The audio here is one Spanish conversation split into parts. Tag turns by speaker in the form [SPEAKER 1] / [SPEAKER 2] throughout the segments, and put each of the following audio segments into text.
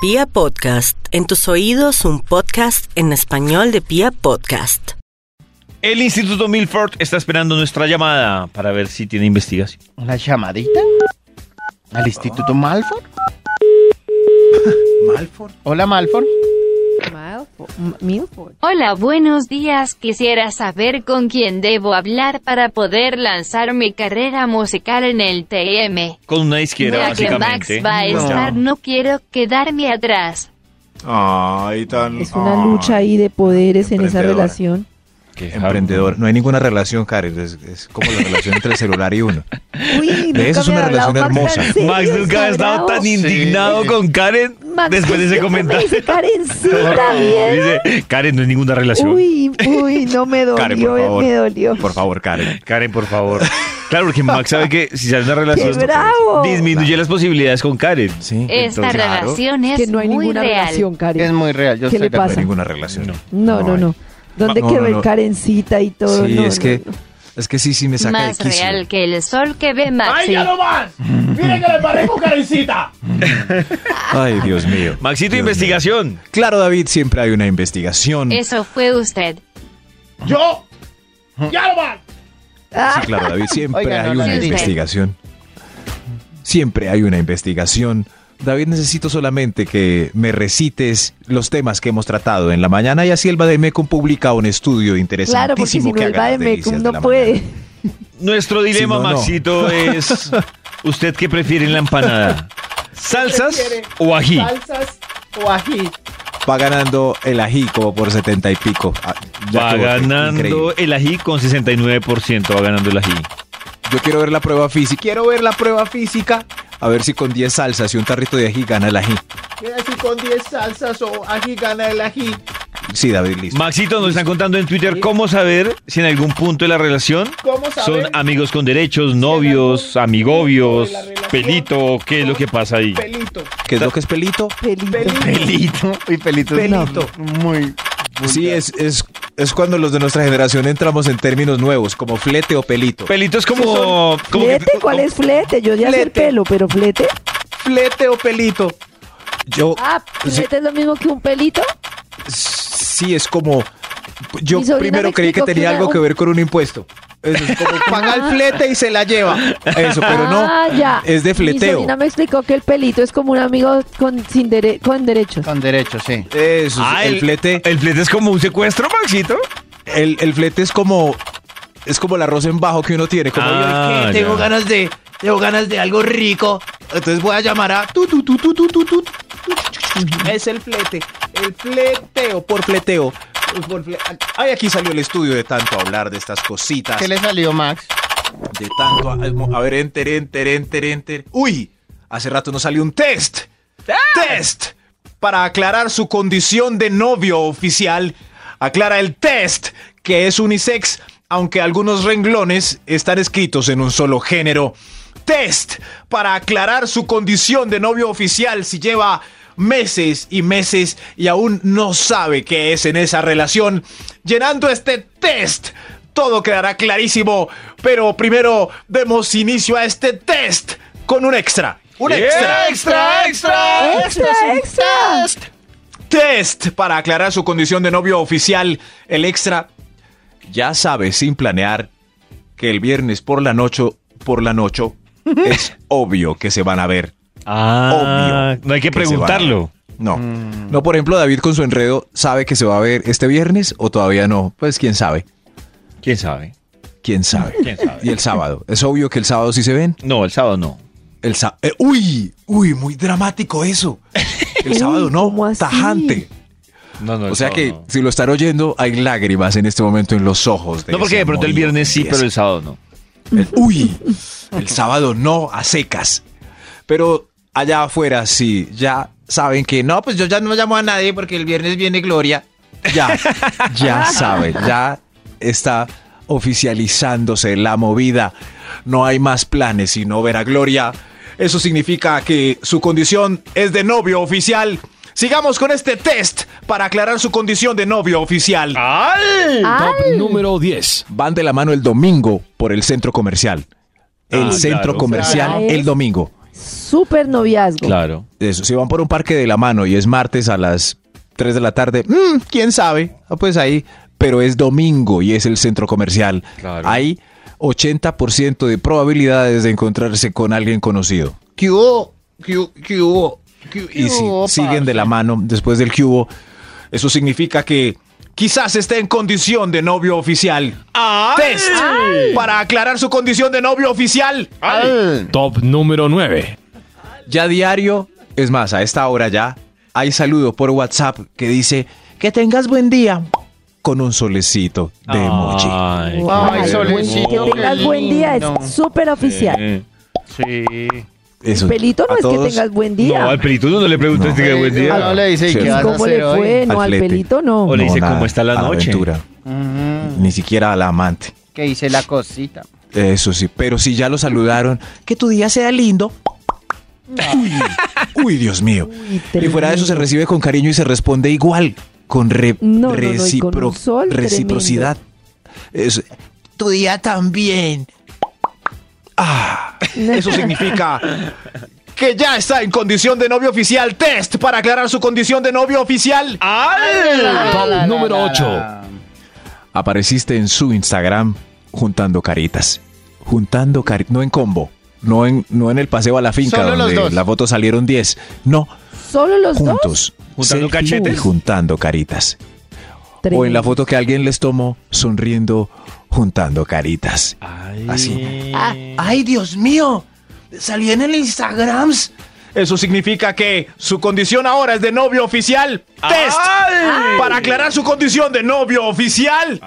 [SPEAKER 1] Pia Podcast, en tus oídos un podcast en español de Pia Podcast.
[SPEAKER 2] El Instituto Milford está esperando nuestra llamada para ver si tiene investigación.
[SPEAKER 3] ¿Una llamadita? ¿Al Instituto Malford?
[SPEAKER 4] Malford.
[SPEAKER 3] Hola, Malford.
[SPEAKER 5] Milford. M- Milford.
[SPEAKER 6] Hola, buenos días. Quisiera saber con quién debo hablar para poder lanzar mi carrera musical en el TM.
[SPEAKER 2] Con una izquierda,
[SPEAKER 6] Ya que Max
[SPEAKER 2] básicamente.
[SPEAKER 6] va a
[SPEAKER 4] No.
[SPEAKER 6] estar, no quiero quedarme atrás.
[SPEAKER 4] Ay, tan.
[SPEAKER 5] Es una
[SPEAKER 4] ay,
[SPEAKER 5] lucha ahí de poderes en esa
[SPEAKER 4] Ah. emprendedora.
[SPEAKER 5] relación.
[SPEAKER 2] Qué
[SPEAKER 4] Emprendedor. No hay ninguna relación, Karen. Es, es como la relación entre el celular y uno.
[SPEAKER 5] Uy,
[SPEAKER 4] De
[SPEAKER 5] nunca
[SPEAKER 4] eso es
[SPEAKER 5] me
[SPEAKER 4] una
[SPEAKER 5] ha hablado Max
[SPEAKER 4] relación
[SPEAKER 5] tan
[SPEAKER 4] hermosa.
[SPEAKER 2] jabón.
[SPEAKER 5] serio,
[SPEAKER 2] Max nunca ha
[SPEAKER 5] está
[SPEAKER 2] estado
[SPEAKER 5] bravo.
[SPEAKER 2] tan
[SPEAKER 4] Sí.
[SPEAKER 2] indignado con Karen
[SPEAKER 5] Max,
[SPEAKER 2] después de ese
[SPEAKER 5] ¿por qué me
[SPEAKER 2] comentario.
[SPEAKER 5] dice Karencita, bien?
[SPEAKER 2] Dice, Karen, no es ninguna relación.
[SPEAKER 5] Uy, uy, no me dolió, eh,
[SPEAKER 4] Karen, por favor.
[SPEAKER 5] me dolió.
[SPEAKER 4] Por favor, Karen.
[SPEAKER 2] Karen, por favor. Claro, porque Max sabe que si sale una relación,
[SPEAKER 5] ¡Qué bravo!
[SPEAKER 2] disminuye las posibilidades con Karen.
[SPEAKER 4] Sí.
[SPEAKER 6] Esta
[SPEAKER 4] entonces-
[SPEAKER 6] relación es
[SPEAKER 5] que no hay
[SPEAKER 6] muy
[SPEAKER 5] ninguna
[SPEAKER 6] real.
[SPEAKER 5] relación,
[SPEAKER 3] Es
[SPEAKER 5] Karen.
[SPEAKER 3] muy real, yo
[SPEAKER 5] ¿Qué
[SPEAKER 3] estoy
[SPEAKER 5] le
[SPEAKER 3] de
[SPEAKER 4] No
[SPEAKER 3] acuerdo.
[SPEAKER 4] hay
[SPEAKER 5] pasa?
[SPEAKER 4] ninguna relación.
[SPEAKER 2] No.
[SPEAKER 5] No, no,
[SPEAKER 4] hay.
[SPEAKER 5] no. ¿Dónde
[SPEAKER 4] No, no,
[SPEAKER 5] quedó el
[SPEAKER 4] no.
[SPEAKER 5] Karencita y todo?
[SPEAKER 4] Sí,
[SPEAKER 5] No,
[SPEAKER 4] es
[SPEAKER 5] no,
[SPEAKER 4] que.
[SPEAKER 5] no.
[SPEAKER 4] Es que sí, sí me saca
[SPEAKER 6] Más
[SPEAKER 4] de quicio.
[SPEAKER 6] real que el sol que ve Maxi.
[SPEAKER 4] Ay, Dios mío.
[SPEAKER 2] Maxito,
[SPEAKER 4] Dios
[SPEAKER 2] investigación.
[SPEAKER 4] mío. Claro, David, siempre hay una investigación.
[SPEAKER 6] Eso fue usted.
[SPEAKER 5] Ah,
[SPEAKER 4] Sí, claro, David, siempre
[SPEAKER 3] Oiga, no,
[SPEAKER 4] hay
[SPEAKER 3] la
[SPEAKER 4] una
[SPEAKER 6] dice.
[SPEAKER 4] investigación. Siempre hay una investigación. David, necesito solamente que me recites los temas que hemos tratado en la mañana y así el Bademecum publica un estudio
[SPEAKER 5] Claro, porque si
[SPEAKER 4] interesantísimo
[SPEAKER 5] no el
[SPEAKER 4] que haga las
[SPEAKER 5] Bademecum
[SPEAKER 4] delicias de
[SPEAKER 5] no
[SPEAKER 4] la
[SPEAKER 5] puede.
[SPEAKER 4] mañana.
[SPEAKER 2] Nuestro dilema,
[SPEAKER 4] no, no.
[SPEAKER 2] Maxito, es: ¿usted qué prefiere en la empanada? ¿Salsas o ají?
[SPEAKER 3] Salsas o ají.
[SPEAKER 4] Va ganando el ají como por setenta y pico. Ah, ya
[SPEAKER 2] Va
[SPEAKER 4] que voté,
[SPEAKER 2] ganando
[SPEAKER 4] increíble.
[SPEAKER 2] el ají con 69%. Va ganando el ají.
[SPEAKER 4] Yo quiero ver la prueba física. Quiero ver la prueba física. A ver si con 10 salsas y un tarrito de ají gana el ají.
[SPEAKER 3] Mira si con 10 salsas o ají gana el ají.
[SPEAKER 4] Sí, David, listo.
[SPEAKER 2] Maxito, nos están contando en Twitter cómo saber si en algún punto de la relación
[SPEAKER 3] ¿Cómo saber?
[SPEAKER 2] son amigos con derechos, novios, amigobios, pelito, qué es lo que pasa ahí.
[SPEAKER 3] Pelito.
[SPEAKER 4] ¿Qué es lo que es pelito?
[SPEAKER 5] Pelito.
[SPEAKER 3] Pelito. Y pelito. es
[SPEAKER 4] Pelito.
[SPEAKER 3] Muy.
[SPEAKER 4] Sí, es, es, es cuando los de nuestra generación entramos en términos nuevos, como flete o pelito.
[SPEAKER 2] Pelito es como... como que-
[SPEAKER 5] ¿Flete? ¿Cuál es flete? Yo ya sé el
[SPEAKER 3] Flete.
[SPEAKER 5] pelo, pero flete.
[SPEAKER 3] Flete o pelito.
[SPEAKER 4] Yo,
[SPEAKER 5] Ah,
[SPEAKER 4] Sí.
[SPEAKER 5] flete es lo mismo que un pelito.
[SPEAKER 4] sí, es como... Yo
[SPEAKER 5] Mi sobrina
[SPEAKER 4] primero
[SPEAKER 5] me
[SPEAKER 4] creí que
[SPEAKER 5] explicó que
[SPEAKER 4] tenía
[SPEAKER 5] una-
[SPEAKER 4] algo que ver con un impuesto. Eso es como
[SPEAKER 3] Paga el flete y se la lleva.
[SPEAKER 4] eso, pero no.
[SPEAKER 5] Ah, ya.
[SPEAKER 4] Es de
[SPEAKER 5] Mi
[SPEAKER 4] fleteo.
[SPEAKER 5] sobrina me explicó que el pelito es como un amigo con, sin dere- con derechos.
[SPEAKER 3] Con derecho, sí.
[SPEAKER 4] Eso,
[SPEAKER 2] Ah,
[SPEAKER 4] el, flete,
[SPEAKER 2] ¿El flete es como un secuestro, Maxito?
[SPEAKER 4] el, el flete es como... Es como el arroz en bajo que uno tiene, como
[SPEAKER 2] Ah,
[SPEAKER 4] "Ay, ¿qué?
[SPEAKER 2] ya.
[SPEAKER 4] tengo ganas de, tengo ganas de algo rico, entonces voy a llamar a tu tu tu tu tu tu tu.
[SPEAKER 3] Es el flete. El fleteo.
[SPEAKER 4] por fleteo. por fle- Ay, aquí salió el estudio de tanto hablar de estas cositas.
[SPEAKER 3] ¿Qué le salió, Max?
[SPEAKER 4] De tanto. A, a ver, enter, enter, enter, enter. ¡Uy! Hace rato nos salió un test. ¡Test! Para aclarar su condición de novio oficial, aclara el test, que es unisex, aunque algunos renglones están escritos en un solo género. Test para aclarar su condición de novio oficial si lleva meses y meses y aún no sabe qué es en esa relación. Llenando este test, todo quedará clarísimo, pero primero demos inicio a este test con un extra. Un extra.
[SPEAKER 2] ¡Extra, extra!
[SPEAKER 5] ¡Extra, extra!
[SPEAKER 4] Test para aclarar su condición de novio oficial. El extra ya sabe sin planear que el viernes por la noche, por la noche, es obvio que se van a ver.
[SPEAKER 2] Ah,
[SPEAKER 4] Obvio
[SPEAKER 2] no hay que
[SPEAKER 4] que se van a
[SPEAKER 2] preguntarlo.
[SPEAKER 4] No. No, por ejemplo, David con su enredo sabe que se va a ver este viernes o todavía no. Pues quién sabe.
[SPEAKER 2] ¿Quién sabe?
[SPEAKER 4] Quién sabe.
[SPEAKER 2] ¿Quién sabe?
[SPEAKER 4] Y el sábado. Es obvio que el sábado sí se ven.
[SPEAKER 2] No, el sábado no.
[SPEAKER 4] El sa- eh, uy, uy, muy dramático eso. El sábado
[SPEAKER 5] ¿cómo
[SPEAKER 4] no,
[SPEAKER 5] así?
[SPEAKER 4] tajante.
[SPEAKER 2] No, no, el
[SPEAKER 4] O sea
[SPEAKER 2] sábado
[SPEAKER 4] que
[SPEAKER 2] No,
[SPEAKER 4] si lo están oyendo, hay lágrimas en este momento en los ojos. De
[SPEAKER 2] No, porque
[SPEAKER 4] ese
[SPEAKER 2] de pronto el
[SPEAKER 4] novio
[SPEAKER 2] viernes sí,
[SPEAKER 4] de
[SPEAKER 2] pero
[SPEAKER 4] ese-
[SPEAKER 2] el sábado no.
[SPEAKER 4] el- uy, el sábado no, a secas. Pero allá afuera sí, ya saben que no, pues yo ya no llamo a nadie porque el viernes viene Gloria. Ya, ya saben, ya está oficializándose la movida. No hay más planes sino ver a Gloria. Eso significa que su condición es de novio oficial. Sigamos con este test para aclarar su condición de novio oficial.
[SPEAKER 7] Número 10.
[SPEAKER 4] van de la mano el domingo por el centro comercial. El
[SPEAKER 2] Ah,
[SPEAKER 4] centro
[SPEAKER 2] claro.
[SPEAKER 4] comercial
[SPEAKER 5] Claro.
[SPEAKER 4] el domingo.
[SPEAKER 5] Súper noviazgo.
[SPEAKER 2] Claro.
[SPEAKER 4] Eso, si van por un parque de la mano y es martes a las 3 de la tarde, mm, quién sabe, Ah, pues ahí, pero es domingo y es el centro comercial.
[SPEAKER 2] Claro.
[SPEAKER 4] Hay 80% de probabilidades de encontrarse con alguien conocido. ¿Qué hubo? ¿Qué hu- qué hubo? ¿Qué hu- Y si siguen de la mano después del cubo, eso significa que quizás esté en condición de novio oficial. Test para aclarar su condición de novio oficial.
[SPEAKER 7] Top número 9.
[SPEAKER 4] Ya diario, es más, a esta hora ya, hay saludo por WhatsApp que dice que tengas buen día con un solecito
[SPEAKER 2] Ah.
[SPEAKER 4] de emoji.
[SPEAKER 2] Ay,
[SPEAKER 5] Ay,
[SPEAKER 2] qué
[SPEAKER 5] buen día,
[SPEAKER 2] hermoso.
[SPEAKER 5] que tengas buen día, es súper oficial.
[SPEAKER 2] Eh,
[SPEAKER 4] Eso,
[SPEAKER 5] Pelito no
[SPEAKER 4] a
[SPEAKER 5] es
[SPEAKER 4] todos,
[SPEAKER 5] que tengas buen
[SPEAKER 2] No,
[SPEAKER 5] día.
[SPEAKER 2] al perito no le preguntas
[SPEAKER 4] No.
[SPEAKER 2] que buen día.
[SPEAKER 8] No le dice, ¿y
[SPEAKER 4] Sí,
[SPEAKER 8] qué
[SPEAKER 4] sí.
[SPEAKER 8] vas a
[SPEAKER 5] ¿Cómo le
[SPEAKER 8] hacer hoy?
[SPEAKER 5] fue? No, al
[SPEAKER 4] Atlete.
[SPEAKER 5] pelito no.
[SPEAKER 2] O le dice,
[SPEAKER 4] nada,
[SPEAKER 2] ¿cómo está la
[SPEAKER 4] a
[SPEAKER 2] noche?
[SPEAKER 4] aventura,
[SPEAKER 8] Mm,
[SPEAKER 4] ni siquiera a la amante.
[SPEAKER 8] que hice la cosita.
[SPEAKER 4] Eso sí, pero si ya lo saludaron, que tu día sea lindo. Uy, uy, Dios mío.
[SPEAKER 5] Uy,
[SPEAKER 4] Y fuera de eso se
[SPEAKER 5] tremendo.
[SPEAKER 4] recibe con cariño y se responde igual, con re-
[SPEAKER 5] No, no, no, y
[SPEAKER 4] recipro-
[SPEAKER 5] con un sol
[SPEAKER 4] reciprocidad. Eso. Tu día también. Ah, eso significa que ya está en condición de novio oficial. Test para aclarar su condición de novio oficial.
[SPEAKER 7] Top número 8.
[SPEAKER 4] Apareciste en su Instagram juntando caritas. Juntando caritas. No en combo. No en, no en el paseo a la finca
[SPEAKER 8] Solo los
[SPEAKER 4] donde
[SPEAKER 8] dos.
[SPEAKER 4] la foto salieron 10. No,
[SPEAKER 5] Solo los dos.
[SPEAKER 4] juntos.
[SPEAKER 2] ¿Juntando
[SPEAKER 4] Selfie y
[SPEAKER 2] cachetes?
[SPEAKER 4] Juntando caritas. O en
[SPEAKER 5] Tremendo.
[SPEAKER 4] la foto que alguien les tomó sonriendo, juntando caritas. Ah, Así.
[SPEAKER 5] Ah,
[SPEAKER 4] ¡Ay, Dios mío! Salí en el Instagram. Eso significa que su condición ahora es de novio oficial. ¡Test! Para aclarar su condición de novio oficial.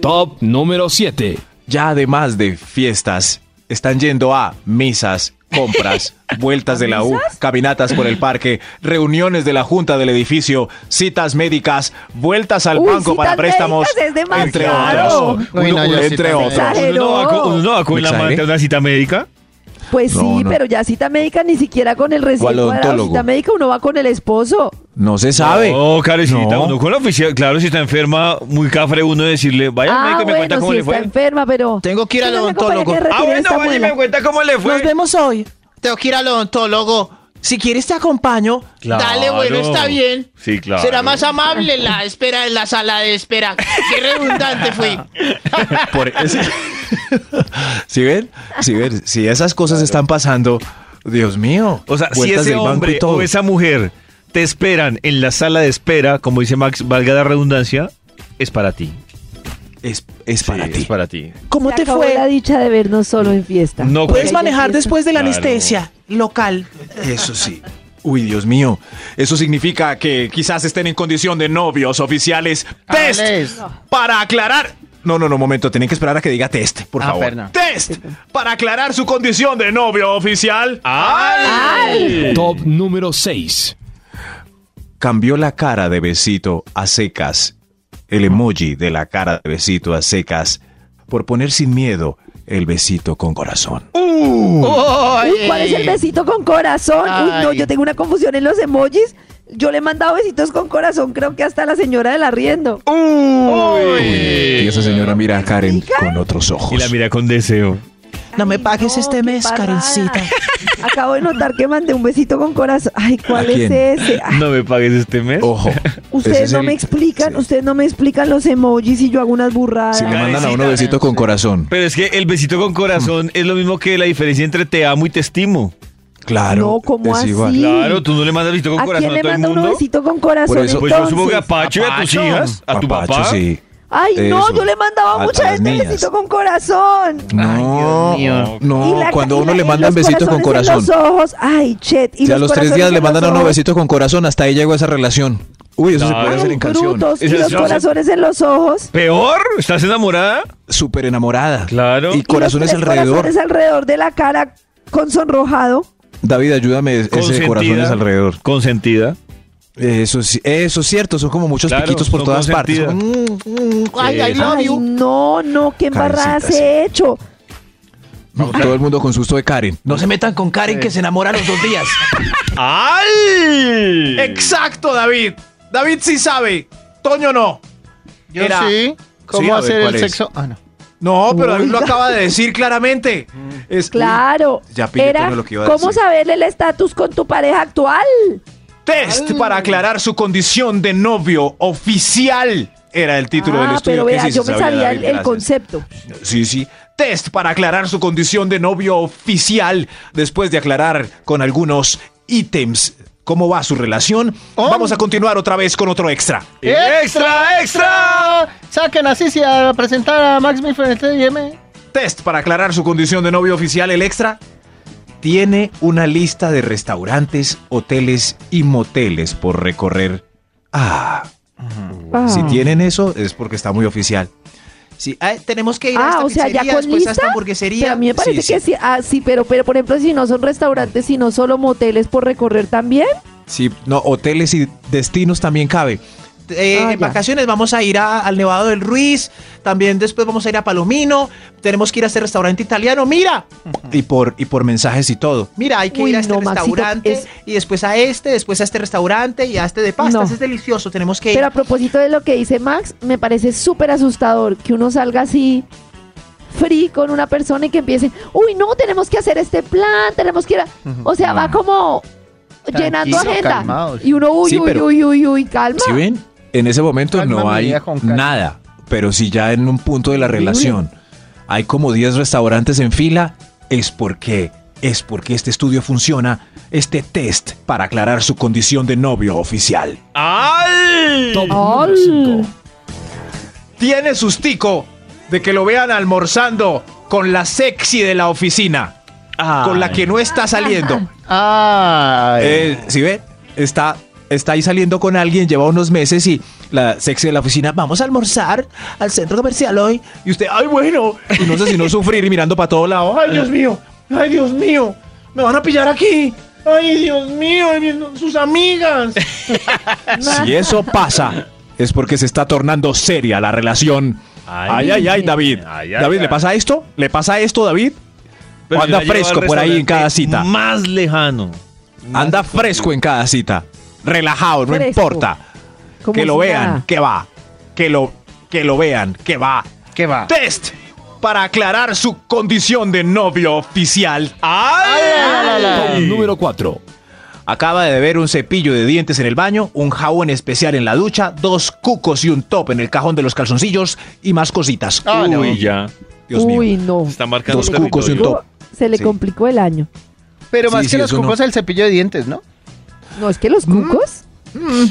[SPEAKER 7] Top número 7.
[SPEAKER 4] Ya además de fiestas, están yendo a misas, compras, vueltas de la U, caminatas por el parque, reuniones de la junta del edificio, citas médicas, vueltas al
[SPEAKER 5] Uy,
[SPEAKER 4] banco para
[SPEAKER 5] citas
[SPEAKER 4] préstamos,
[SPEAKER 5] médicas es demasiado.
[SPEAKER 4] entre
[SPEAKER 9] Oh,
[SPEAKER 5] Claro.
[SPEAKER 4] otros.
[SPEAKER 8] Uy, no, yo
[SPEAKER 4] entre
[SPEAKER 8] citas
[SPEAKER 4] otros.
[SPEAKER 5] médicas.
[SPEAKER 2] ¿Uno no va con- uno no va con la
[SPEAKER 4] ¿Mensaje?
[SPEAKER 2] amante a una cita médica?
[SPEAKER 5] Pues
[SPEAKER 4] No,
[SPEAKER 5] sí,
[SPEAKER 4] no.
[SPEAKER 5] pero ya cita médica ni siquiera con el recién
[SPEAKER 4] ¿Cuál
[SPEAKER 5] cuadrado.
[SPEAKER 4] odontólogo?
[SPEAKER 5] Cita médica uno va con el esposo.
[SPEAKER 4] No se sabe.
[SPEAKER 2] No, carecita,
[SPEAKER 4] No.
[SPEAKER 2] uno con la oficial. Claro, si está enferma, muy cafre uno decirle, vaya al
[SPEAKER 5] ah,
[SPEAKER 2] médico y me cuenta
[SPEAKER 5] bueno,
[SPEAKER 2] cómo
[SPEAKER 5] si
[SPEAKER 2] le
[SPEAKER 5] está
[SPEAKER 2] fue.
[SPEAKER 5] enferma, pero...
[SPEAKER 8] Tengo que ir al
[SPEAKER 5] Tengo una compañera
[SPEAKER 8] odontólogo.
[SPEAKER 5] que
[SPEAKER 2] Ah,
[SPEAKER 5] retire
[SPEAKER 2] bueno,
[SPEAKER 5] esta
[SPEAKER 2] vaya y me
[SPEAKER 5] muela.
[SPEAKER 2] cuenta cómo le fue.
[SPEAKER 8] vemos hoy. Tengo que ir al odontólogo. Si quieres te acompaño.
[SPEAKER 2] Claro.
[SPEAKER 10] Dale, bueno, está bien.
[SPEAKER 2] Sí, claro.
[SPEAKER 10] Será más amable la espera en la sala de espera. Qué redundante fui.
[SPEAKER 4] Por ese- si ven, si ven, si esas cosas están pasando, Dios mío.
[SPEAKER 2] O sea, si
[SPEAKER 4] vueltas
[SPEAKER 2] ese
[SPEAKER 4] del banco y
[SPEAKER 2] hombre
[SPEAKER 4] todo.
[SPEAKER 2] o esa mujer te esperan en la sala de espera, como dice Max, valga la redundancia, es para ti.
[SPEAKER 4] es, es para
[SPEAKER 2] Sí,
[SPEAKER 4] ti.
[SPEAKER 2] Es para ti.
[SPEAKER 5] ¿Cómo te fue? la dicha de vernos solo en fiesta.
[SPEAKER 2] No,
[SPEAKER 5] Porque
[SPEAKER 2] puedes
[SPEAKER 5] ahí
[SPEAKER 10] manejar
[SPEAKER 5] empieza-
[SPEAKER 10] después de la
[SPEAKER 2] Claro.
[SPEAKER 10] anestesia local.
[SPEAKER 4] Eso sí. Uy, Dios mío. Eso significa que quizás estén en condición de novios oficiales. Test
[SPEAKER 8] Alex.
[SPEAKER 4] para aclarar. No, no, no, momento. Tienen que esperar a que diga test, por
[SPEAKER 8] Ah,
[SPEAKER 4] favor.
[SPEAKER 8] perdón.
[SPEAKER 4] Test para aclarar su condición de novio oficial.
[SPEAKER 7] Top número 6.
[SPEAKER 4] Cambió la cara de besito a secas. El emoji de la cara de besito a secas por poner sin miedo el besito con corazón.
[SPEAKER 5] Uy, ¿cuál es el besito con corazón? Uy, no,
[SPEAKER 8] Ay.
[SPEAKER 5] yo tengo una confusión en los emojis. Yo le he mandado besitos con corazón, creo que hasta a la señora del arriendo.
[SPEAKER 4] Y esa señora mira a Karen con otros ojos.
[SPEAKER 2] Y la mira con deseo.
[SPEAKER 10] No me pagues
[SPEAKER 5] No,
[SPEAKER 10] este
[SPEAKER 5] qué
[SPEAKER 10] mes,
[SPEAKER 5] parrada.
[SPEAKER 10] Karencita.
[SPEAKER 5] Acabo de notar que mandé un besito con corazón. Ay, ¿cuál
[SPEAKER 4] ¿A
[SPEAKER 5] es
[SPEAKER 4] quién?
[SPEAKER 5] ese?
[SPEAKER 4] Ah.
[SPEAKER 5] Ay,
[SPEAKER 2] No me pagues este mes.
[SPEAKER 4] Ojo.
[SPEAKER 5] ustedes
[SPEAKER 4] ese es
[SPEAKER 5] no
[SPEAKER 4] el-
[SPEAKER 5] me explican, ustedes no me explican los emojis y yo hago unas burradas.
[SPEAKER 4] Si le mandan a uno
[SPEAKER 2] Karencita.
[SPEAKER 4] besito con corazón.
[SPEAKER 2] Pero es que el besito con corazón es lo mismo que la diferencia entre te amo y te estimo.
[SPEAKER 4] Claro.
[SPEAKER 5] no, ¿cómo
[SPEAKER 4] es
[SPEAKER 5] así?
[SPEAKER 4] igual.
[SPEAKER 2] Claro, tú no le mandas besito con
[SPEAKER 5] ¿A
[SPEAKER 2] corazón
[SPEAKER 5] quién
[SPEAKER 2] a
[SPEAKER 5] le
[SPEAKER 2] todo el
[SPEAKER 5] manda uno
[SPEAKER 2] mundo.
[SPEAKER 5] besito con corazón
[SPEAKER 4] Por eso-
[SPEAKER 2] Pues yo
[SPEAKER 5] entonces?
[SPEAKER 2] supongo que a Pacho y a tus
[SPEAKER 8] Papacho.
[SPEAKER 2] hijas, a tu
[SPEAKER 4] Papacho,
[SPEAKER 2] papá.
[SPEAKER 4] sí.
[SPEAKER 5] Ay, no,
[SPEAKER 4] Eso.
[SPEAKER 5] yo le mandaba
[SPEAKER 4] A-
[SPEAKER 5] mucha
[SPEAKER 4] a las
[SPEAKER 5] gente
[SPEAKER 4] niñas.
[SPEAKER 5] besito con corazón.
[SPEAKER 4] No,
[SPEAKER 8] mío.
[SPEAKER 5] Y
[SPEAKER 4] no,
[SPEAKER 5] la-
[SPEAKER 4] cuando a
[SPEAKER 5] y
[SPEAKER 4] uno
[SPEAKER 5] la-
[SPEAKER 4] le
[SPEAKER 5] y
[SPEAKER 4] mandan
[SPEAKER 5] los
[SPEAKER 4] besito con
[SPEAKER 5] corazones en
[SPEAKER 4] corazón.
[SPEAKER 5] Los ojos, ay, chet. Y
[SPEAKER 4] Si a los tres
[SPEAKER 5] corazones
[SPEAKER 4] días
[SPEAKER 5] en
[SPEAKER 4] le mandan a
[SPEAKER 5] los
[SPEAKER 4] uno
[SPEAKER 5] ojos.
[SPEAKER 4] besito con corazón, hasta ahí llegó esa relación. Uy, eso se puede
[SPEAKER 2] Claro.
[SPEAKER 4] hacer en canción.
[SPEAKER 5] brutos, y
[SPEAKER 2] Esas
[SPEAKER 5] los
[SPEAKER 2] son-
[SPEAKER 5] corazones en los ojos.
[SPEAKER 2] ¿Peor? ¿Estás enamorada?
[SPEAKER 4] Súper enamorada.
[SPEAKER 2] Claro.
[SPEAKER 4] Y
[SPEAKER 5] y los
[SPEAKER 4] corazones
[SPEAKER 5] tres
[SPEAKER 4] alrededor.
[SPEAKER 5] Corazones alrededor de la cara con sonrojado.
[SPEAKER 4] David, ayúdame ese de corazones alrededor.
[SPEAKER 2] Consentida.
[SPEAKER 4] Eso, sí- eso es cierto, son como muchos
[SPEAKER 2] Claro,
[SPEAKER 4] piquitos por
[SPEAKER 2] son
[SPEAKER 4] todas partes.
[SPEAKER 2] consentidas.
[SPEAKER 10] Ay, I love
[SPEAKER 5] Ay,
[SPEAKER 10] you.
[SPEAKER 5] no, no, qué embarrada
[SPEAKER 4] Cabecita,
[SPEAKER 5] se
[SPEAKER 4] sí.
[SPEAKER 5] he hecho.
[SPEAKER 4] Mm, Todo el mundo con susto de Karen. No se metan con Karen que se enamora a los dos días. Mm.
[SPEAKER 2] ¡Ay!
[SPEAKER 4] Exacto, David. David sí sabe. Toño no.
[SPEAKER 8] Yo
[SPEAKER 4] Era-
[SPEAKER 8] sí.
[SPEAKER 4] Sí,
[SPEAKER 8] ¿Cómo
[SPEAKER 4] a ver,
[SPEAKER 8] hacer
[SPEAKER 4] ¿cuál
[SPEAKER 8] el
[SPEAKER 4] es?
[SPEAKER 8] sexo? Ah, no.
[SPEAKER 4] No, pero él lo acaba de decir claramente. Es, uy,
[SPEAKER 5] Claro.
[SPEAKER 4] ya pillé
[SPEAKER 5] Era,
[SPEAKER 4] todo lo que iba a
[SPEAKER 5] ¿Cómo
[SPEAKER 4] decir.
[SPEAKER 5] saberle el estatus con tu pareja actual?
[SPEAKER 4] Test para aclarar su condición de novio oficial. Era el título del
[SPEAKER 5] Ah,
[SPEAKER 4] estudio.
[SPEAKER 5] pero
[SPEAKER 4] que
[SPEAKER 5] vea,
[SPEAKER 4] sí se
[SPEAKER 5] yo me sabía,
[SPEAKER 4] David,
[SPEAKER 5] el, el
[SPEAKER 4] gracias.
[SPEAKER 5] concepto.
[SPEAKER 4] Sí, sí. Test para aclarar su condición de novio oficial. Después de aclarar con algunos ítems cómo va su relación, vamos a continuar otra vez con otro extra.
[SPEAKER 2] ¡Extra, extra!
[SPEAKER 10] Saquen a Sisi a presentar a Max Milford en
[SPEAKER 9] este
[SPEAKER 10] el TDM.
[SPEAKER 4] Test para aclarar su condición de novio oficial, el extra. Tiene una lista de restaurantes, hoteles y moteles por recorrer. Ah,
[SPEAKER 5] Ah.
[SPEAKER 4] si tienen eso es porque está muy oficial.
[SPEAKER 8] Sí, ah, tenemos que ir a
[SPEAKER 5] Ah,
[SPEAKER 8] esta
[SPEAKER 5] o sea, ya
[SPEAKER 8] pizzería,
[SPEAKER 5] con
[SPEAKER 8] después a esta
[SPEAKER 5] lista.
[SPEAKER 8] hamburguesería.
[SPEAKER 5] Pero a mí me
[SPEAKER 8] Sí,
[SPEAKER 5] parece
[SPEAKER 8] sí.
[SPEAKER 5] que sí. Ah, sí, pero, pero por ejemplo, si no son restaurantes, sino solo moteles por recorrer también.
[SPEAKER 4] Sí, no, hoteles y destinos también cabe.
[SPEAKER 8] Eh,
[SPEAKER 5] Ah,
[SPEAKER 8] en
[SPEAKER 5] ya.
[SPEAKER 8] vacaciones vamos a ir a- al Nevado del Ruiz, también después vamos a ir a Palomino, tenemos que ir a este restaurante italiano, mira,
[SPEAKER 4] Y por, y por mensajes y todo.
[SPEAKER 8] mira, hay que
[SPEAKER 5] Uy,
[SPEAKER 8] ir a este
[SPEAKER 5] no, Maxito,
[SPEAKER 8] restaurante
[SPEAKER 5] es-
[SPEAKER 8] y después a este, después a este restaurante y a este de pastas,
[SPEAKER 5] No.
[SPEAKER 8] es delicioso, tenemos que ir.
[SPEAKER 5] Pero a propósito de lo que dice Max, me parece súper asustador que uno salga así free con una persona y que empiece, uy, no, tenemos que hacer este plan, tenemos que ir a-". O sea, va como llenando
[SPEAKER 9] Tranquilo,
[SPEAKER 5] agenda.
[SPEAKER 9] calmados.
[SPEAKER 5] Y uno, uy,
[SPEAKER 4] Sí,
[SPEAKER 5] uy,
[SPEAKER 4] pero-
[SPEAKER 5] uy, uy, uy, calma.
[SPEAKER 4] ¿Sí ven? En ese momento
[SPEAKER 9] Calma,
[SPEAKER 4] no
[SPEAKER 9] mi
[SPEAKER 4] hay
[SPEAKER 9] vida, con calma.
[SPEAKER 4] nada, pero si ya en un punto de la relación hay como 10 restaurantes en fila, es porque es porque este estudio funciona, este test para aclarar su condición de novio oficial.
[SPEAKER 7] Top número
[SPEAKER 5] Ay.
[SPEAKER 7] 5.
[SPEAKER 4] Tiene sustico de que lo vean almorzando con la sexy de la oficina, con la que no está saliendo.
[SPEAKER 9] Ay.
[SPEAKER 4] si Eh, ve, está, está ahí saliendo con alguien, lleva unos meses y la sexy de la oficina, vamos a almorzar al centro comercial hoy. Y usted, ay, bueno. Y no sé si no sufrir y mirando para todo lado. Ay, Dios mío, ay, Dios mío, me van a pillar aquí.
[SPEAKER 10] Ay, Dios mío, ay, Dios- sus amigas.
[SPEAKER 4] Si eso pasa, es porque se está tornando seria la relación. Ay, ay, ay, David.
[SPEAKER 2] Ay, ay,
[SPEAKER 4] David,
[SPEAKER 2] ay.
[SPEAKER 4] ¿le pasa esto? ¿Le pasa esto, David? O anda
[SPEAKER 2] si la lleva
[SPEAKER 4] fresco
[SPEAKER 2] al
[SPEAKER 4] por ahí en cada
[SPEAKER 2] restaurante
[SPEAKER 4] cita.
[SPEAKER 2] Más lejano.
[SPEAKER 4] Anda fresco en cada cita. Relajado, no
[SPEAKER 5] Fresco.
[SPEAKER 4] importa.
[SPEAKER 5] Como
[SPEAKER 4] Que lo
[SPEAKER 5] si
[SPEAKER 4] vean,
[SPEAKER 5] nada.
[SPEAKER 4] que va. Que lo, que lo vean, que va.
[SPEAKER 9] ¿Qué va?
[SPEAKER 4] Test para aclarar su condición de novio oficial.
[SPEAKER 7] Top número 4.
[SPEAKER 4] Acaba de ver un cepillo de dientes en el baño, un jabón especial en la ducha, dos cucos y un top en el cajón de los calzoncillos y más cositas.
[SPEAKER 9] Ah, no.
[SPEAKER 2] Uy, ya.
[SPEAKER 4] Dios mío.
[SPEAKER 5] uy, no.
[SPEAKER 2] Se Está marcando
[SPEAKER 4] Dos cucos y un
[SPEAKER 2] territorio.
[SPEAKER 4] top.
[SPEAKER 5] Se le
[SPEAKER 4] Sí.
[SPEAKER 5] complicó el año.
[SPEAKER 9] Pero
[SPEAKER 4] Sí,
[SPEAKER 9] más
[SPEAKER 4] sí,
[SPEAKER 9] que los
[SPEAKER 4] eso no.
[SPEAKER 9] cucos, el cepillo de dientes, ¿no?
[SPEAKER 5] No, es que los cucos.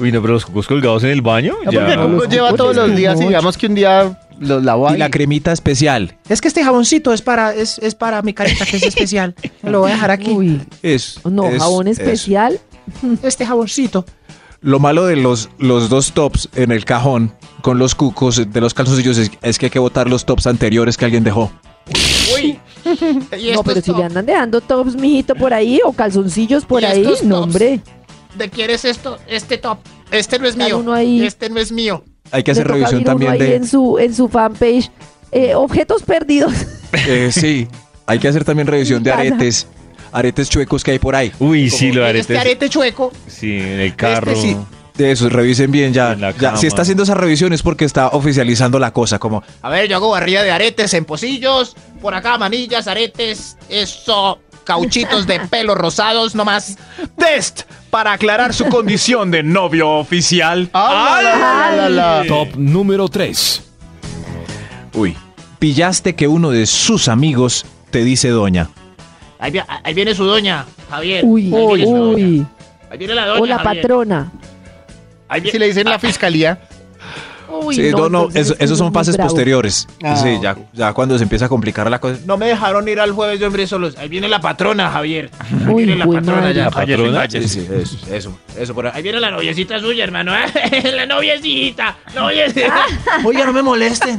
[SPEAKER 2] Uy, no, pero los cucos colgados en Ah, el baño.
[SPEAKER 9] No,
[SPEAKER 2] ya.
[SPEAKER 9] porque el
[SPEAKER 5] Los
[SPEAKER 9] cuco lleva
[SPEAKER 5] cucos
[SPEAKER 9] todos
[SPEAKER 5] es
[SPEAKER 9] los
[SPEAKER 5] como
[SPEAKER 9] días y
[SPEAKER 5] ocho.
[SPEAKER 9] digamos que un día los lavo
[SPEAKER 4] Y la
[SPEAKER 9] ahí.
[SPEAKER 4] cremita especial.
[SPEAKER 8] Es que este jaboncito es para, es, es para mi carita que es especial, lo voy a dejar aquí.
[SPEAKER 5] Uy,
[SPEAKER 4] Es,
[SPEAKER 5] no,
[SPEAKER 4] es-
[SPEAKER 5] jabón
[SPEAKER 4] es.
[SPEAKER 5] especial.
[SPEAKER 8] Este jaboncito.
[SPEAKER 4] Lo malo de los, los dos tops en el cajón con los cucos de los calzoncillos es, es que hay que botar los tops anteriores que alguien dejó.
[SPEAKER 8] Y
[SPEAKER 5] No,
[SPEAKER 8] estos
[SPEAKER 5] pero si
[SPEAKER 8] top.
[SPEAKER 5] le andan dejando tops, mijito, por ahí, o calzoncillos por
[SPEAKER 8] ¿Y
[SPEAKER 5] ahí,
[SPEAKER 8] estos
[SPEAKER 5] no,
[SPEAKER 8] tops?
[SPEAKER 5] hombre.
[SPEAKER 8] ¿De quién es esto? Este top. Este no es
[SPEAKER 5] Cada
[SPEAKER 8] mío.
[SPEAKER 5] uno ahí.
[SPEAKER 8] Este no es mío.
[SPEAKER 4] Hay que
[SPEAKER 5] Le
[SPEAKER 4] hacer
[SPEAKER 5] toca
[SPEAKER 4] revisión
[SPEAKER 5] abrir uno
[SPEAKER 4] también
[SPEAKER 5] ahí
[SPEAKER 4] de...
[SPEAKER 5] en su, en su fanpage. eh, objetos perdidos.
[SPEAKER 4] Eh, sí, hay que hacer también revisión de
[SPEAKER 5] Casa.
[SPEAKER 4] aretes, aretes chuecos que hay por ahí.
[SPEAKER 2] Uy, sí, lo haré.
[SPEAKER 8] Este arete chueco.
[SPEAKER 2] Sí, en el carro.
[SPEAKER 8] Este sí.
[SPEAKER 4] De esos, revisen bien ya.
[SPEAKER 2] En la
[SPEAKER 4] Ya,
[SPEAKER 2] cama.
[SPEAKER 4] Si está haciendo esa revisión es porque está oficializando la cosa, como
[SPEAKER 8] A ver, yo hago barrilla de aretes en pocillos. Por acá, manillas, aretes. Eso. Cauchitos de pelo rosados nomás.
[SPEAKER 4] test para aclarar su condición de novio oficial.
[SPEAKER 9] Ah, la, la, la, la, la.
[SPEAKER 7] Top número 3.
[SPEAKER 4] Uy, pillaste que uno de sus amigos te dice doña.
[SPEAKER 8] Ahí, vi- ahí viene su doña, Javier.
[SPEAKER 5] Uy,
[SPEAKER 8] ahí viene su doña.
[SPEAKER 5] uy.
[SPEAKER 8] Ahí viene la doña.
[SPEAKER 5] O la
[SPEAKER 8] Javier.
[SPEAKER 5] patrona.
[SPEAKER 8] Ahí vi-
[SPEAKER 9] Si le dicen la fiscalía,
[SPEAKER 5] Uy,
[SPEAKER 4] Sí, no, no,
[SPEAKER 5] entonces
[SPEAKER 4] eso-
[SPEAKER 5] es que
[SPEAKER 4] esos
[SPEAKER 5] uno
[SPEAKER 4] son
[SPEAKER 5] es muy
[SPEAKER 4] pases
[SPEAKER 5] bravo.
[SPEAKER 4] posteriores.
[SPEAKER 9] Ah.
[SPEAKER 4] Sí, ya, ya cuando se empieza a complicar la cosa.
[SPEAKER 8] No me dejaron ir al jueves, yo hombre solos. Ahí viene la patrona, Javier. Ahí
[SPEAKER 5] Uy,
[SPEAKER 8] viene la
[SPEAKER 5] güey,
[SPEAKER 8] patrona
[SPEAKER 5] madre.
[SPEAKER 8] ya.
[SPEAKER 2] La patrona.
[SPEAKER 4] Sí, sí, eso, eso, eso por ahí.
[SPEAKER 8] Ahí viene la noviecita suya, hermano. ¿eh? la noviecita. Noviecita.
[SPEAKER 5] Ah.
[SPEAKER 8] Oiga, no me molesten.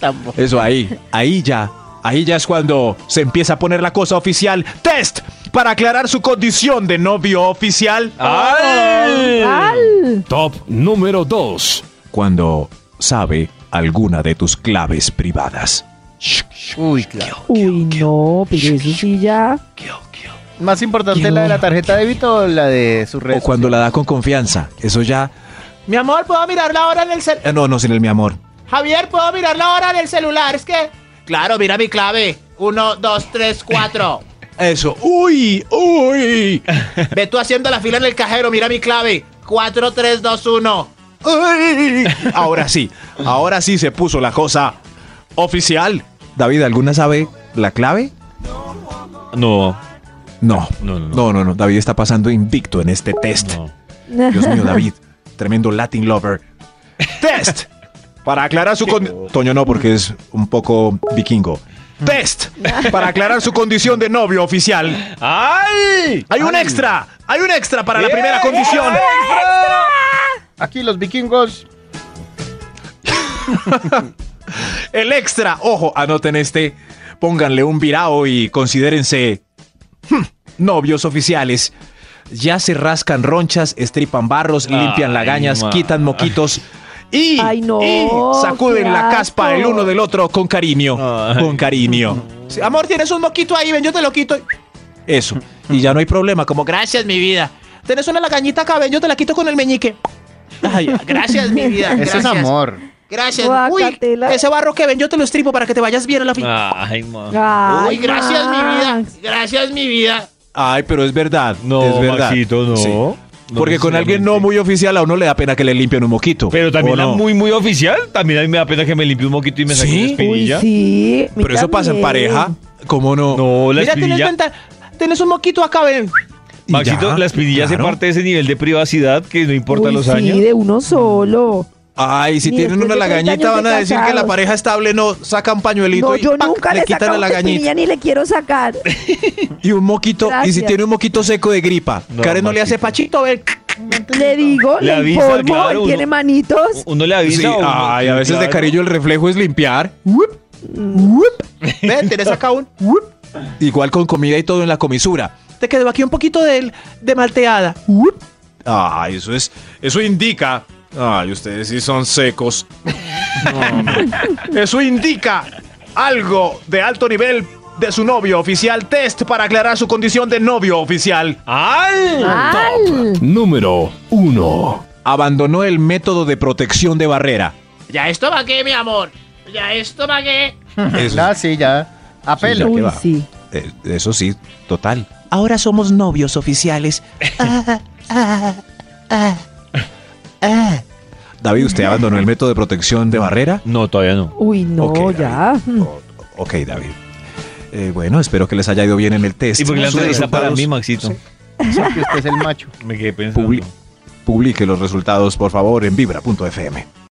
[SPEAKER 9] tampoco.
[SPEAKER 4] Eso ahí, ahí ya. Ahí ya es cuando se empieza a poner la cosa oficial. Test para aclarar su condición de novio oficial.
[SPEAKER 2] Ah.
[SPEAKER 5] Al.
[SPEAKER 7] Top número 2.
[SPEAKER 4] Cuando sabe alguna de tus claves privadas.
[SPEAKER 9] Uy, claro.
[SPEAKER 5] Uy, no, pero eso sí ya.
[SPEAKER 9] Más importante la de la tarjeta de débito o la de su red.
[SPEAKER 4] O cuando la da con confianza. Eso ya.
[SPEAKER 8] Mi
[SPEAKER 10] pues,
[SPEAKER 8] amor, ¿puedo mirar la hora en el celular?
[SPEAKER 4] eh, No, no, sin el mi amor.
[SPEAKER 8] Javier, ¿puedo mirar la hora en el celular? Es que
[SPEAKER 10] Claro, mira mi clave. Uno, dos, tres, cuatro.
[SPEAKER 4] Eso. Uy, uy.
[SPEAKER 10] Ve tú haciendo la fila en el cajero, mira mi clave. Cuatro, tres, dos, uno.
[SPEAKER 4] Uy. Ahora sí, ahora sí se puso la cosa oficial. David, ¿alguna sabe la clave?
[SPEAKER 2] No,
[SPEAKER 4] No.
[SPEAKER 2] No, no, no.
[SPEAKER 4] no, no. David está pasando invicto en este test.
[SPEAKER 2] no.
[SPEAKER 4] Dios mío, David. Tremendo Latin lover. Test. Para aclarar su con- Toño no, porque es un poco vikingo. Test. Para aclarar su condición de novio oficial.
[SPEAKER 2] ¡Ay!
[SPEAKER 4] Hay un extra. Hay un extra para la primera condición.
[SPEAKER 9] Aquí los vikingos.
[SPEAKER 4] El extra. Ojo, anoten este. Pónganle un virao y considérense hmm, novios oficiales. Ya se rascan ronchas, estripan barros,
[SPEAKER 2] Ay,
[SPEAKER 4] limpian lagañas,
[SPEAKER 2] ma.
[SPEAKER 4] quitan moquitos y,
[SPEAKER 5] Ay, no,
[SPEAKER 4] y sacuden
[SPEAKER 5] qué
[SPEAKER 4] la
[SPEAKER 5] asco.
[SPEAKER 4] caspa el uno del otro con cariño.
[SPEAKER 2] Ay.
[SPEAKER 4] Con cariño. Sí, Amor, tienes un moquito ahí, ven, yo te lo quito. Eso. Y ya no hay problema, como gracias, mi vida. Tienes una lagañita acá, ven, yo te la quito con el meñique. Ay,
[SPEAKER 10] Gracias, mi vida.
[SPEAKER 9] Eso
[SPEAKER 10] Gracias.
[SPEAKER 9] es amor.
[SPEAKER 10] Gracias. Uy,
[SPEAKER 5] Guacatela.
[SPEAKER 10] ese barro que ven, yo te lo estripo para que te vayas bien a la fila.
[SPEAKER 5] Ah.
[SPEAKER 2] Ay, ma.
[SPEAKER 5] Ay,
[SPEAKER 10] Uy, gracias, mi vida.
[SPEAKER 5] Max.
[SPEAKER 10] Gracias, mi vida.
[SPEAKER 4] Ay, pero es verdad.
[SPEAKER 2] No,
[SPEAKER 4] es verdad.
[SPEAKER 2] Maxito, no.
[SPEAKER 4] Sí.
[SPEAKER 2] No
[SPEAKER 4] Porque con alguien no
[SPEAKER 2] necesariamente.
[SPEAKER 4] muy oficial a uno le da pena que le limpien un moquito.
[SPEAKER 2] Pero también
[SPEAKER 4] ¿O
[SPEAKER 2] la
[SPEAKER 4] no?
[SPEAKER 2] muy, muy oficial. También a mí me da pena que me limpie un moquito y me saque
[SPEAKER 4] ¿Sí?
[SPEAKER 2] una
[SPEAKER 5] Uy,
[SPEAKER 2] espinilla.
[SPEAKER 5] sí.
[SPEAKER 4] Pero eso pasa en pareja. ¿Cómo no?
[SPEAKER 2] No, la
[SPEAKER 10] Mira, tienes,
[SPEAKER 2] espinilla.
[SPEAKER 10] venta- tienes un moquito acá, ven.
[SPEAKER 4] Y
[SPEAKER 2] Maxito,
[SPEAKER 4] ya,
[SPEAKER 2] la espinilla hace
[SPEAKER 4] claro.
[SPEAKER 2] parte de ese nivel de privacidad que no importa
[SPEAKER 5] Uy,
[SPEAKER 2] los
[SPEAKER 5] sí,
[SPEAKER 2] años.
[SPEAKER 5] de uno solo.
[SPEAKER 4] Ay, si
[SPEAKER 5] Ni
[SPEAKER 4] tienen
[SPEAKER 5] después
[SPEAKER 4] una
[SPEAKER 5] de 30
[SPEAKER 4] lagañita
[SPEAKER 5] años
[SPEAKER 4] van
[SPEAKER 5] de
[SPEAKER 4] a decir que la
[SPEAKER 5] casados.
[SPEAKER 4] pareja estable no saca un pañuelito
[SPEAKER 5] No,
[SPEAKER 4] y
[SPEAKER 5] yo
[SPEAKER 4] ¡pac!
[SPEAKER 5] nunca
[SPEAKER 4] le
[SPEAKER 5] le
[SPEAKER 4] quitan la
[SPEAKER 5] saco
[SPEAKER 4] lagañita.
[SPEAKER 5] espinilla ni le quiero sacar.
[SPEAKER 4] Y un moquito, y si
[SPEAKER 5] Gracias.
[SPEAKER 4] tiene un moquito seco de gripa.
[SPEAKER 2] No,
[SPEAKER 4] Karen no le hace
[SPEAKER 2] Maxito.
[SPEAKER 4] pachito, a ver.
[SPEAKER 5] Le digo,
[SPEAKER 2] Le
[SPEAKER 5] le,
[SPEAKER 2] avisa,
[SPEAKER 5] informo,
[SPEAKER 2] claro,
[SPEAKER 5] él
[SPEAKER 2] uno-
[SPEAKER 5] tiene manitos.
[SPEAKER 2] Uno le avisa.
[SPEAKER 4] Sí,
[SPEAKER 2] a uno,
[SPEAKER 4] ay,
[SPEAKER 2] sí,
[SPEAKER 4] a veces de
[SPEAKER 2] claro.
[SPEAKER 4] cariño el reflejo es limpiar.
[SPEAKER 10] Ven, tienes acá un.
[SPEAKER 4] Igual con comida y todo en la comisura.
[SPEAKER 10] Te quedó aquí un poquito de, de malteada.
[SPEAKER 4] Ah, eso es. Eso indica. Ay, ustedes sí son secos. eso indica algo de alto nivel de su novio oficial. Test para aclarar su condición de novio oficial. Ah.
[SPEAKER 2] ¡Ay!
[SPEAKER 5] Al.
[SPEAKER 7] Número 1.
[SPEAKER 4] Abandonó el método de protección de barrera.
[SPEAKER 10] Ya esto va qué, mi amor. Ya esto va qué.
[SPEAKER 4] Eso,
[SPEAKER 9] Ah, sí, ya. A pelo.
[SPEAKER 4] ¿qué
[SPEAKER 5] Uy,
[SPEAKER 4] va?
[SPEAKER 5] sí.
[SPEAKER 4] eh, eso sí, total.
[SPEAKER 3] Ahora somos novios oficiales.
[SPEAKER 5] Ah,
[SPEAKER 4] David, ¿usted abandonó el método de protección de barrera?
[SPEAKER 2] No, todavía no.
[SPEAKER 5] Uy, no,
[SPEAKER 4] Oh. Ok,
[SPEAKER 5] ya.
[SPEAKER 4] O- ok, David. Eh, bueno, espero que les haya ido bien en el test.
[SPEAKER 2] ¿Y porque la
[SPEAKER 4] Sus
[SPEAKER 2] entrevista para
[SPEAKER 4] resultados-
[SPEAKER 2] mí, Maxito?
[SPEAKER 9] Sí, que usted es el macho.
[SPEAKER 2] Me quedé pensando.
[SPEAKER 4] Publi- publique los resultados, por favor, en vibra.fm.